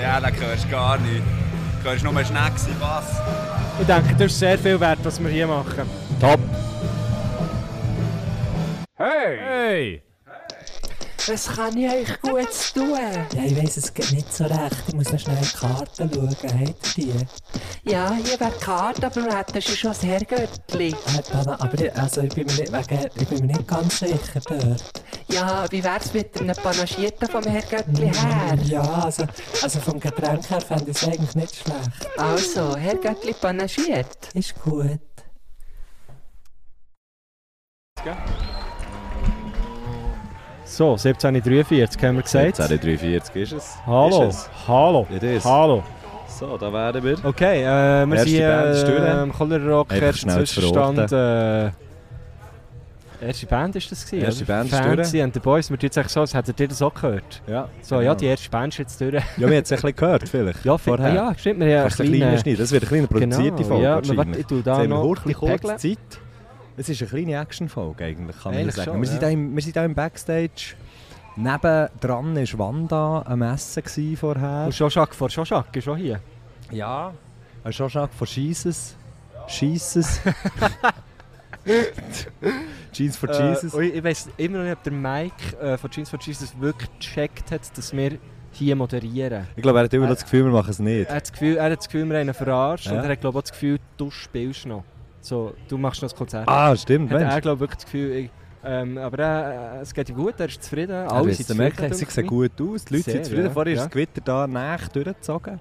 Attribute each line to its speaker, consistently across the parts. Speaker 1: Ja, den hörst du gar nicht. Du hörst nur Schnecken, was?
Speaker 2: Ich denke, das ist sehr viel wert, was wir hier machen.
Speaker 3: Top.
Speaker 1: Hey!
Speaker 3: Hey!
Speaker 4: Was kann ich euch Gutes tun?
Speaker 5: Ja, ich weiss, es geht nicht so recht. Ich muss noch schnell in die Karten schauen. Habt ihr die? Äh,
Speaker 4: Ja, hier wäre die Karte, aber wir hätten schon das Herrgöttli.
Speaker 5: Äh, Dana, aber ich, also ich, bin mir nicht, wegen, ich bin mir nicht ganz sicher dort.
Speaker 4: Ja, wie wär's mit einem Panagierten vom Herrgöttli her?
Speaker 5: Ja, also, also vom Getränk her fände ich es eigentlich nicht schlecht.
Speaker 4: Also, Herrgöttli panagiert.
Speaker 5: Ist gut.
Speaker 2: So, 17.43 haben wir gesagt.
Speaker 6: 1043 ist es.
Speaker 2: Hallo.
Speaker 6: Ist
Speaker 2: Hallo.
Speaker 6: It is.
Speaker 2: Hallo.
Speaker 6: es. So, da wären wir.
Speaker 2: Okay, äh, wir
Speaker 6: Erste
Speaker 2: sind
Speaker 6: Band ist durch,
Speaker 2: äh,
Speaker 6: hä?
Speaker 2: im Color Rock,
Speaker 6: Einfach
Speaker 2: erster
Speaker 6: schnell zu
Speaker 2: Zwischenstand. Äh, erste Band ist das gewesen,
Speaker 6: Erste
Speaker 2: oder?
Speaker 6: Band ist
Speaker 2: Fancy
Speaker 6: durch.
Speaker 2: and the Boys, wir tun jetzt eigentlich so, als hättet ihr das auch gehört.
Speaker 6: Ja.
Speaker 2: So, ja, die erste Band ist jetzt durch.
Speaker 6: Ja, wir haben es ein bisschen gehört, vielleicht.
Speaker 2: Ja, fi- ah, ja stimmt, wir haben
Speaker 6: Kannst du einen kleinen Schneid. Das wird eine kleine produzierte
Speaker 2: genau,
Speaker 6: Folge
Speaker 2: ja,
Speaker 6: wahrscheinlich.
Speaker 2: warte, ich tue
Speaker 6: Jetzt
Speaker 2: da
Speaker 6: haben wir
Speaker 2: noch
Speaker 6: wirklich kurz
Speaker 2: Päckchen.
Speaker 6: Zeit. Es ist eine kleine Action-Folge eigentlich, kann man
Speaker 2: Eigentlich
Speaker 6: sagen.
Speaker 2: schon,
Speaker 6: wir, sind
Speaker 2: ja.
Speaker 6: da im, wir sind da im Backstage. Nebendran war Wanda am Essen gewesen vorher.
Speaker 2: Und Schoschak vor Schoschak ist auch hier.
Speaker 6: Ja. Ein Schoschak von Jesus. Jesus. Jeans for Jesus.
Speaker 2: Äh, und ich- ich weiß immer noch nicht, ob der Mike äh, von Jeans for Jesus wirklich gecheckt hat, dass wir hier moderieren.
Speaker 6: Ich glaube, er hat immer noch das Gefühl, wir machen es nicht.
Speaker 2: Er hat das Gefühl, er hat das Gefühl wir haben ihn verarscht
Speaker 6: Ja.
Speaker 2: und er hat glaube ich, auch das Gefühl, du spielst noch. So, du machst noch das Konzert.
Speaker 6: Ah, stimmt,
Speaker 2: hat
Speaker 6: Mensch.
Speaker 2: er glaube ich, wirklich das Gefühl, ich, ähm, aber äh, es geht ihm gut, er ist zufrieden,
Speaker 6: Ja,
Speaker 2: alle
Speaker 6: Alles
Speaker 2: sind
Speaker 6: ist
Speaker 2: zufrieden.
Speaker 6: merken, sie
Speaker 2: denke
Speaker 6: sehen
Speaker 2: ich.
Speaker 6: gut aus, die Leute
Speaker 2: Sehr,
Speaker 6: sind zufrieden.
Speaker 2: ja,
Speaker 6: Vorher ist
Speaker 2: ja.
Speaker 6: das Gewitter da nach durchgezogen.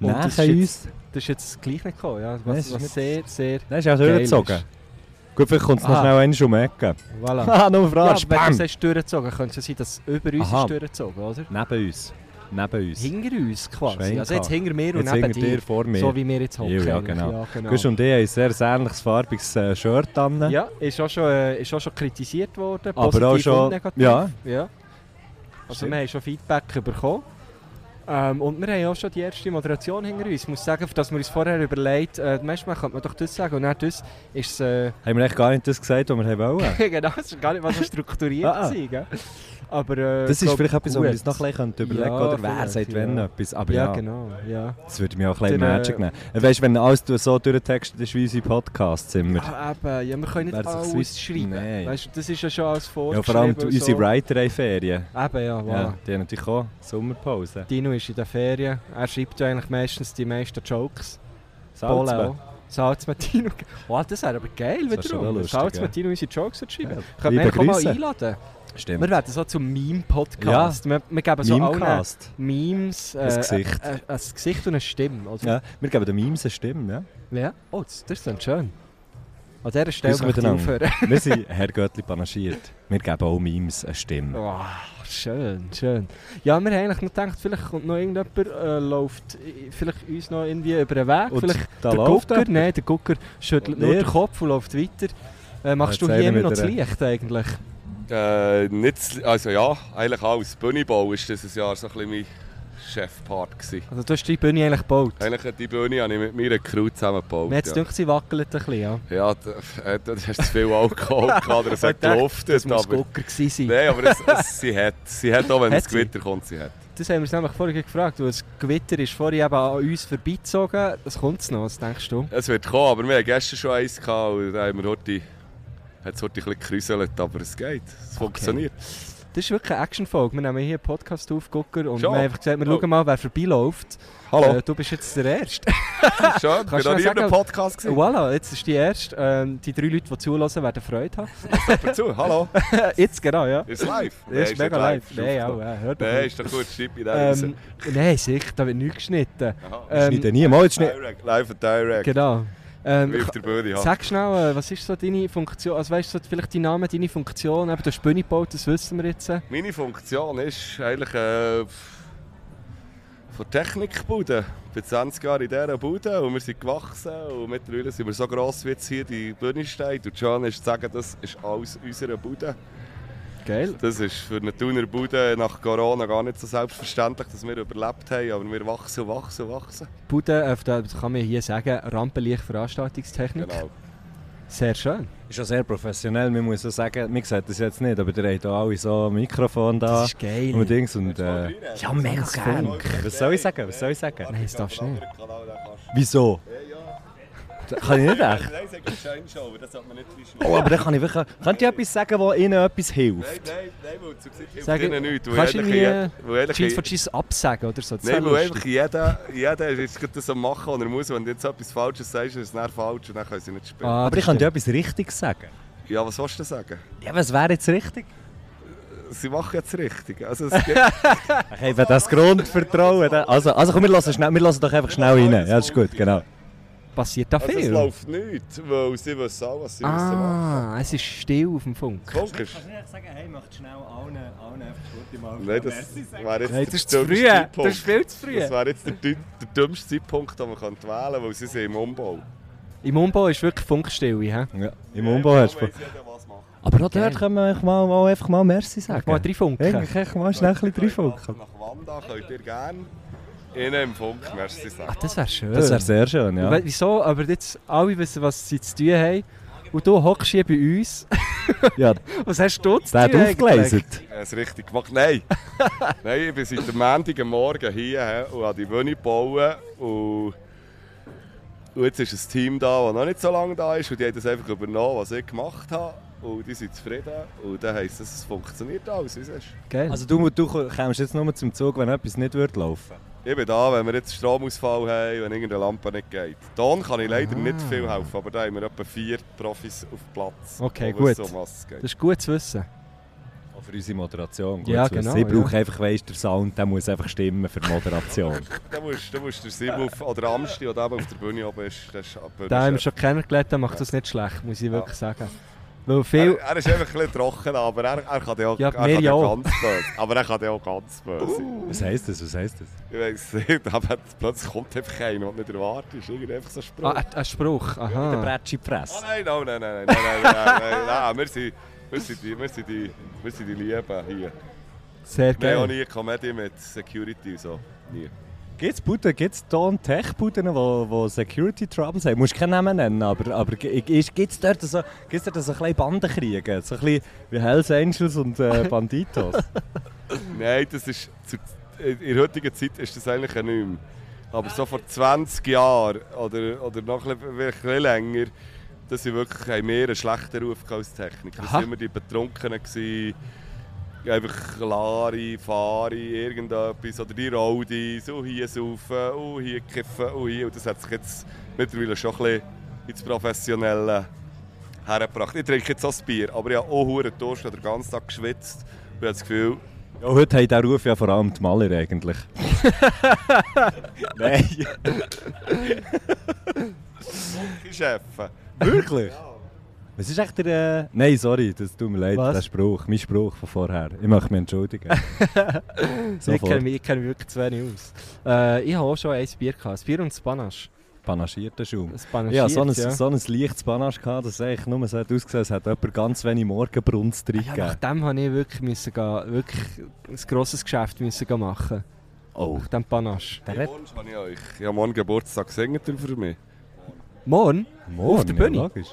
Speaker 2: Und
Speaker 6: Nach
Speaker 2: das ist
Speaker 6: uns.
Speaker 2: Das ist jetzt gleich nicht gekommen, ja.
Speaker 6: Nein, es
Speaker 2: was,
Speaker 6: ist
Speaker 2: was
Speaker 6: nicht-
Speaker 2: sehr, sehr...
Speaker 6: Nein, ist auch
Speaker 2: Geil
Speaker 6: durchgezogen. Gut, vielleicht kommt es noch
Speaker 2: Ah.
Speaker 6: schnell eins um die Ecke.
Speaker 2: Voilà.
Speaker 6: Ah, nur
Speaker 2: Ja,
Speaker 6: Frage.
Speaker 2: aber wenn du
Speaker 6: Spam!
Speaker 2: sagst durchgezogen, könnte es sein, dass über uns
Speaker 6: Aha.
Speaker 2: ist durchgezogen, oder?
Speaker 6: Neben uns. Neben uns.
Speaker 2: Hinter uns quasi.
Speaker 6: Schwein
Speaker 2: Also jetzt
Speaker 6: gehabt.
Speaker 2: hinter mir und
Speaker 6: Jetzt
Speaker 2: neben
Speaker 6: hinter
Speaker 2: dir.
Speaker 6: dir, vor mir.
Speaker 2: So wie wir jetzt hocken.
Speaker 6: Ja,
Speaker 2: eigentlich.
Speaker 6: genau.
Speaker 2: Ja, genau.
Speaker 6: Gusch und ich haben ein sehr ähnliches farbiges äh, Shirt an.
Speaker 2: ja, ist auch schon, äh, ist auch schon kritisiert worden,
Speaker 6: Aber auch
Speaker 2: positiv
Speaker 6: schon-
Speaker 2: und negativ.
Speaker 6: ja.
Speaker 2: ja. Also
Speaker 6: Stimmt.
Speaker 2: wir haben schon Feedback bekommen. Ähm, und wir haben auch schon die erste Moderation hinter uns. Ich muss sagen, für das wir uns vorher überlegt, äh, manchmal könnte man doch das sagen und dann das, ist es... Äh,
Speaker 6: Haben wir echt gar nicht das gesagt, was wir haben wollen.
Speaker 2: genau, es ist gar nicht mal so strukturiert
Speaker 6: Ah, Dus ah.
Speaker 2: gewesen, gell? Aber... Äh,
Speaker 6: Das ist
Speaker 2: glaub,
Speaker 6: vielleicht etwas, wo wir
Speaker 2: gut.
Speaker 6: uns noch ein bisschen überlegen
Speaker 2: Ja,
Speaker 6: könnten. Oder wer
Speaker 2: vielleicht,
Speaker 6: sagt
Speaker 2: ja.
Speaker 6: wenn etwas. Aber
Speaker 2: Ja,
Speaker 6: ja,
Speaker 2: genau, ja.
Speaker 6: das würde mir auch ein bisschen
Speaker 2: Dann, äh,
Speaker 6: Magic nehmen. Weißt du, wenn alles du- so durchtextet ist wie unsere Podcasts immer.
Speaker 2: Ah, eben, ja, wir können nicht
Speaker 6: Wer sich's
Speaker 2: alles dus
Speaker 6: wisst-
Speaker 2: schreiben.
Speaker 6: Nein.
Speaker 2: Weißt du, das ist ja schon alles
Speaker 6: Ja,
Speaker 2: vorgeschrieben.
Speaker 6: vor allem die-
Speaker 2: und so.
Speaker 6: unsere Writer haben Ferien.
Speaker 2: Eben, ja, wow.
Speaker 6: Ja, die haben natürlich auch Sommerpause.
Speaker 2: Dino ist in der Ferien. Er schreibt ja eigentlich meistens die meisten Jokes.
Speaker 6: Salz
Speaker 2: Bolle
Speaker 6: weg.
Speaker 2: auch. Salz mit Dino. Wow, das wäre aber geil, wenn
Speaker 6: Das wär schon
Speaker 2: du
Speaker 6: lustig,
Speaker 2: Salz
Speaker 6: ja.
Speaker 2: mit Dino unsere Jokes zu
Speaker 6: Ja,
Speaker 2: schreiben. Können wir
Speaker 6: liebe
Speaker 2: einfach mal
Speaker 6: Grüße.
Speaker 2: einladen?
Speaker 6: Stimmt.
Speaker 2: Wir werden so zum Meme-Podcast. Wir, wir geben so allen
Speaker 6: Mimecast.
Speaker 2: Memes. Äh,
Speaker 6: Ein Gesicht.
Speaker 2: Ein, ein Gesicht und eine Stimme. Oder?
Speaker 6: Ja, wir geben den Memes eine Stimme. Ja.
Speaker 2: ja. Oh, das, das ist schön. An dieser Stelle
Speaker 6: Grüß
Speaker 2: möchte ich
Speaker 6: miteinander.
Speaker 2: aufhören.
Speaker 6: Wir sind Herr Göttli panagiert. Wir geben auch Memes eine Stimme.
Speaker 2: Oh, schön, schön. Ja, wir haben eigentlich noch gedacht, vielleicht kommt noch irgendjemand, äh, läuft äh, vielleicht uns noch irgendwie über den Weg.
Speaker 6: Und
Speaker 2: vielleicht
Speaker 6: da
Speaker 2: der
Speaker 6: läuft
Speaker 2: Gucker,
Speaker 6: jemand.
Speaker 2: nein, der Gucker schüttelt
Speaker 6: Und
Speaker 2: nur
Speaker 6: ihr?
Speaker 2: den Kopf und läuft weiter. Äh, machst
Speaker 6: Jetzt
Speaker 2: du hier
Speaker 6: einer
Speaker 2: immer noch
Speaker 6: mit
Speaker 2: das
Speaker 6: einer-
Speaker 2: Licht eigentlich?
Speaker 7: Äh, nicht, das- also ja, eigentlich alles. Bühnebau war dieses Jahr so ein bisschen mein Chefpart. Gewesen.
Speaker 2: Also du hast die Bühne eigentlich gebaut.
Speaker 7: Eigentlich hat die Bühne habe ich mit meiner Crew zusammengebaut.
Speaker 2: Mir hat es
Speaker 7: ja.
Speaker 2: gedacht, sie wackelt ein bisschen. Ja.
Speaker 7: ja, da, äh, da hast du zu viel Alkohol gehabt, oder es hat
Speaker 2: dachte,
Speaker 7: geluftet.
Speaker 2: Das muss
Speaker 7: Aber,
Speaker 2: Gucker gewesen sein.
Speaker 7: nein, aber es, es, sie hat, sie hat auch, wenn
Speaker 2: Hat
Speaker 7: das
Speaker 2: sie?
Speaker 7: Gewitter kommt, sie hat.
Speaker 2: Das haben wir uns nämlich vorhin gefragt, weil das Gewitter ist vorhin eben an uns vorbeizogen. Das kommt noch, was denkst du?
Speaker 7: Es wird kommen, aber wir hatten gestern schon eins gehabt und da haben wir heute, hat es heute ein bisschen gekräuselt, aber es geht. Es funktioniert.
Speaker 2: Das ist wirklich eine Action-Folge. Wir nehmen hier einen Podcast auf, Gucker, und
Speaker 7: Schon?
Speaker 2: wir haben einfach gesagt, wir
Speaker 7: Oh.
Speaker 2: schauen mal, wer vorbeiläuft.
Speaker 7: Hallo,
Speaker 2: Äh, du bist jetzt der Erste.
Speaker 7: schön. Ich
Speaker 2: kannst
Speaker 7: war
Speaker 2: du mir
Speaker 7: noch nie in einem
Speaker 2: sagen-
Speaker 7: Podcast. Gewesen.
Speaker 2: Voilà, jetzt ist die erste. Ähm, die drei Leute, die zuhören, werden Freude haben.
Speaker 7: Dazu, hallo.
Speaker 2: Äh, jetzt genau, ja.
Speaker 7: Ist live?
Speaker 2: Das ist mega live.
Speaker 7: Nein,
Speaker 2: Nein, auch,
Speaker 7: nicht
Speaker 2: ja, hört doch
Speaker 7: Nein,
Speaker 2: nicht.
Speaker 7: ist doch gut, schreib mir das
Speaker 2: ähm, Nein, sicher, da wird nichts geschnitten.
Speaker 7: raus. Aha.
Speaker 2: Ähm,
Speaker 6: Schneiden niemals. Schneiden.
Speaker 7: Direct, live and direct.
Speaker 2: genau. Ähm,
Speaker 7: Wie auf
Speaker 2: ka-
Speaker 7: der Bühne, ja.
Speaker 2: Sag schnell, äh, was ist so deine Funktion? Also weißt du, so vielleicht dein Name, deine Funktion? Eben, du hast die Bühne gebaut, das wissen wir jetzt. äh.
Speaker 7: Meine Funktion ist eigentlich äh, von Technikbude. Ich bin 20 Jahre in dieser Bude und wir sind gewachsen und mittlerweile sind wir so gross, wie jetzt hier die Bühne steht. Und John ist zu sagen, das ist alles unsere Bude.
Speaker 2: Geil.
Speaker 7: Das ist für eine Thuner Bude nach Corona gar nicht so selbstverständlich, dass wir überlebt haben, aber wir wachsen, wachsen, wachsen.
Speaker 2: Bude, äh, da kann man hier sagen, Rampenlicht Veranstaltungstechnik.
Speaker 7: Genau.
Speaker 2: Sehr schön.
Speaker 6: Ist ja sehr professionell, man muss ja sagen, man sieht das jetzt nicht, aber ihr habt auch alle so ein Mikrofon
Speaker 7: Ah.
Speaker 6: da.
Speaker 2: geil.
Speaker 6: und Dings und... Äh,
Speaker 2: ja, mega geil.
Speaker 6: was soll ich sagen, was soll ich sagen?
Speaker 2: Nein, das darfst du nicht.
Speaker 6: Wieso? Das Kann ich nicht echt?
Speaker 7: Nein, sag ich schön schon, aber das hat man nicht zwischen.
Speaker 6: Oh, aber dann kann ich wirklich... Könnt ihr etwas sagen, das ihnen etwas hilft?
Speaker 7: Nein, nein, nein, weil zu Gesicht hilft
Speaker 2: Sag,
Speaker 7: ihnen nichts. weil
Speaker 2: kannst du
Speaker 7: ehrlich, jeder- weil
Speaker 2: irgendwie
Speaker 7: ehrlich,
Speaker 2: Cheese for Cheese absagen oder so? Das
Speaker 7: Nein,
Speaker 2: wär
Speaker 7: weil
Speaker 2: lustig.
Speaker 7: einfach jeder, jeder ist jetzt gerade das am Machen und er muss. Wenn du jetzt etwas Falsches sagst, ist es dann falsch und dann können sie nicht spielen.
Speaker 2: Ah,
Speaker 6: Aber
Speaker 2: das
Speaker 6: ich könnte ja
Speaker 2: stimmt.
Speaker 6: etwas Richtiges sagen.
Speaker 7: Ja, was willst du denn sagen?
Speaker 6: Ja, was wäre jetzt richtig?
Speaker 7: Sie machen jetzt richtig. Also es gibt
Speaker 6: Ich habe das Grundvertrauen. da- Also, also komm, wir lassen, schnell, wir lassen doch einfach schnell rein. Ja, das ist gut, genau.
Speaker 2: Passiert da
Speaker 7: also es
Speaker 2: viel?
Speaker 7: läuft nichts, weil sie wissen auch, was sie müssen machen.
Speaker 2: ah, es ist still auf dem Funk.
Speaker 7: Funk ist-
Speaker 6: nicht sagen, hey, macht schnell allen, allen einfach gute Mahlzeit.
Speaker 7: Nein, das wäre jetzt
Speaker 2: Nein, das ist
Speaker 7: der
Speaker 2: zu
Speaker 7: dümmste
Speaker 2: früh. Das
Speaker 7: Zeitpunkt.
Speaker 2: ist viel zu früh.
Speaker 7: Das wäre jetzt der, dü- der dümmste Zeitpunkt, den man könnte wählen könnte, weil sie sind im Umbau.
Speaker 2: Im Umbau ist wirklich Funkstille. He?
Speaker 6: Ja, Im Umbau hast du... Aber auch dort können wir euch mal, mal einfach mal oh, Merci sagen.
Speaker 2: Mal drei Funken.
Speaker 6: Eigentlich echt mal schnell ein bisschen
Speaker 7: Nach
Speaker 6: reinfunken.
Speaker 7: Wanda könnt ihr gerne innen im Funk Merci sagen.
Speaker 2: Ah, das wäre schön.
Speaker 6: Das wäre sehr schön, ja.
Speaker 2: We- Wieso? Aber jetzt alle wissen, was sie zu tun haben. Und du hockst hier bei uns.
Speaker 6: ja
Speaker 2: Was hast du zu
Speaker 6: der hat
Speaker 2: tun? eigentlich?
Speaker 6: aufgelesen.
Speaker 7: Ich habe es richtig gemacht. Nein! Nein, ich bin seit dem Montag am Morgen hier hä, und habe die Bühne gebaut. Und, und jetzt ist ein Team da, das noch nicht so lange da ist. Und die haben das einfach übernommen, was ich gemacht habe. Und die sind zufrieden. Und dann heisst es, es funktioniert alles. wie siehst du.
Speaker 2: Geil.
Speaker 6: Also du, du kommst jetzt nur zum Zug, wenn etwas nicht wird laufen
Speaker 7: Ich bin da, wenn wir jetzt Stromausfall haben, wenn irgendeine Lampe nicht geht. Don kann ich leider
Speaker 2: Ah.
Speaker 7: nicht viel helfen, aber da haben wir etwa vier Profis auf Platz.
Speaker 2: Okay,
Speaker 7: wo es
Speaker 2: gut.
Speaker 7: um was es geht.
Speaker 2: das ist gut zu wissen.
Speaker 6: Auch für unsere Moderation.
Speaker 2: Ja,
Speaker 6: zu wissen.
Speaker 2: genau,
Speaker 6: Ich brauche
Speaker 2: ja.
Speaker 6: einfach, weißt, der Sound der muss einfach stimmen für die Moderation.
Speaker 7: Da musst, da musst du Simon auf, oder Amsti, der eben auf der Bühne oben ist, das ist ein Bühnenchef.
Speaker 2: Den haben wir schon kennengelernt, der macht das nicht schlecht, muss ich wirklich sagen. Weil
Speaker 7: er,
Speaker 2: viel...
Speaker 7: er ist einfach ein bisschen trocken, aber er, er kann ja auch,
Speaker 2: Ja,
Speaker 7: er
Speaker 2: wir
Speaker 7: kann
Speaker 2: ja
Speaker 7: ja
Speaker 2: auch.
Speaker 7: ganz böse. Aber er kann ja auch ganz böse sein.
Speaker 6: Was heisst das? Was heisst das?
Speaker 7: Ich weiss nicht, aber plötzlich kommt einfach keiner, der nicht erwartet ist. Irgendwie einfach so ein Spruch.
Speaker 2: Ah, ein, ein Spruch, aha.
Speaker 6: Bretschi
Speaker 7: Oh
Speaker 6: Press.
Speaker 7: nein, no, nein, nein, nein, nein, nein, nein, nein, nein, wir sind, wir sind die, wir sind die, wir sind die Lieben hier.
Speaker 2: Sehr
Speaker 7: Wir haben auch
Speaker 2: geil.
Speaker 7: nie Comedy mit Security und so. Nie.
Speaker 6: Gibt es Buden, gibt es Tech-Buden, die wo, wo Security Troubles haben? Du musst keinen Namen nennen, aber, aber gibt es dort so, gibt's dort so ein bisschen Bandenkriege? So ein bisschen wie Hells Angels und äh, Banditos?
Speaker 7: Nein, das ist, zu, in in der heutigen Zeit ist das eigentlich ja nicht mehr. Aber so vor 20 Jahren oder, oder noch ein bisschen, vielleicht ein bisschen länger, das sind wirklich haben wir einen schlechten Ruf gehabt als Techniker. Das
Speaker 2: Aha.
Speaker 7: waren immer die Betrunkenen, gewesen, einfach Lari, Fari, irgendetwas. Oder die Roadies, und hier saufen, und hier kiffen, und hier. Und das hat sich jetzt mittlerweile schon ein bisschen ins Professionelle hergebracht. Ich trinke jetzt auch das Bier, aber ich habe auch verdammt Durst, ich habe den ganzen Tag geschwitzt. Und ich habe das Gefühl,
Speaker 6: ja, heute haben diesen Ruf ja vor allem die Maler eigentlich. Nein.
Speaker 7: Ich schaffe.
Speaker 6: Wirklich? Was ist echt der. Äh... Nein, sorry, das tut mir leid,
Speaker 2: Was?
Speaker 6: der Spruch, mein Spruch von vorher. Ich möchte mich entschuldigen.
Speaker 2: Ich kenne
Speaker 6: Sofort.
Speaker 2: mich, ich kenne mich wirklich zu wenig aus. Äh, ich habe auch schon ein Bier gehabt. Ein Bier und Spanisch.
Speaker 6: Panaschierter Schaum.
Speaker 2: Ein Spanisch
Speaker 6: Ja, so ein,
Speaker 2: ja.
Speaker 6: so ein leichtes Panache gehabt, das eigentlich nur so hat ausgesehen, als hätte jemand ganz wenig Morgenbrunst drin
Speaker 2: Ah ja,
Speaker 6: gegeben.
Speaker 2: nachdem musste ich wirklich, müssen gehen, wirklich ein grosses Geschäft müssen gehen machen.
Speaker 6: Oh,
Speaker 2: Nach dem Panache.
Speaker 6: der
Speaker 7: Den Wunsch habe ich euch. Ich habe morgen Geburtstag, singt ihr für mich?
Speaker 2: Morgen?
Speaker 6: morgen,
Speaker 2: auf der Bühne.
Speaker 6: ja, logisch.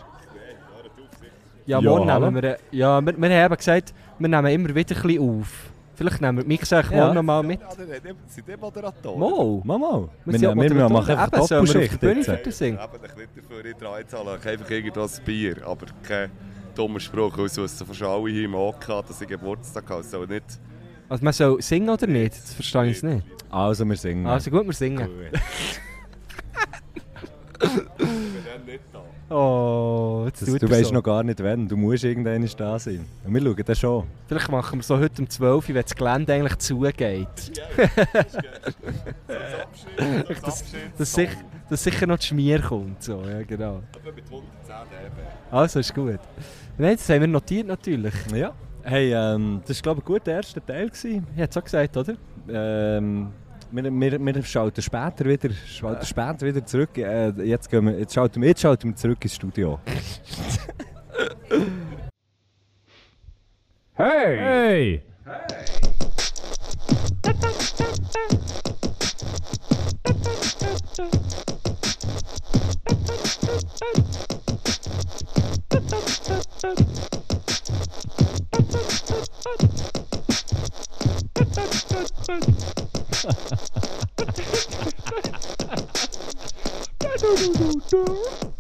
Speaker 2: Ja,
Speaker 6: Ja,
Speaker 2: morgen
Speaker 6: hallo.
Speaker 2: nehmen wir... Ja, wir, wir haben eben gesagt, wir nehmen immer wieder ein bisschen auf. Vielleicht nehmen wir mich gesagt
Speaker 6: Ja.
Speaker 2: morgen nochmal mit.
Speaker 7: Ja, ihr habt- seid ihr Moderatoren?
Speaker 2: Mal!
Speaker 6: Mama, wir,
Speaker 2: sind ja
Speaker 6: wir, wir,
Speaker 2: Moderatoren.
Speaker 6: machen einfach
Speaker 2: Eben, sollen wir auf
Speaker 6: Doppelschicht
Speaker 2: der Bühne
Speaker 6: jetzt.
Speaker 2: für
Speaker 7: Äh,
Speaker 2: das singen?
Speaker 7: Eben, ich nicht dafür in drei zahlen. Ich habe einfach irgendwas Bier, aber kein dummer Spruch. Weil es wissen fast alle hier im Ock, dass ich Geburtstag habe. So nicht...
Speaker 2: Also man soll singen oder nicht? Das verstehe ich nicht.
Speaker 6: Also, wir singen.
Speaker 2: Also gut, wir singen.
Speaker 7: Ich bin dann nicht da.
Speaker 2: Oh, jetzt
Speaker 6: das,
Speaker 2: tut
Speaker 6: du
Speaker 2: er
Speaker 6: weißt
Speaker 2: so.
Speaker 6: noch gar nicht wann, du musst irgendwann da sein. Und wir schauen dann schon.
Speaker 2: Vielleicht machen wir so heute um 12 Uhr, wenn das Gelände eigentlich zugeht.
Speaker 7: Abschied,
Speaker 2: Das, dass, sich, dass sicher noch die Schmier kommt. So. Ja, genau. Ah,
Speaker 7: mit 110 dB.
Speaker 2: Also ist gut. Nein, das haben wir notiert natürlich.
Speaker 6: Ja. Hey, ähm, das war glaube ich gut der erste Teil. Gewesen.
Speaker 2: Ich hätte es auch gesagt, oder?
Speaker 6: Ähm, wir, wir, wir schalten später wieder, schalten später wieder zurück. Äh, jetzt, gehen wir, jetzt, schalten wir, jetzt schalten wir zurück ins Studio.
Speaker 3: Hey!
Speaker 2: Tschüss.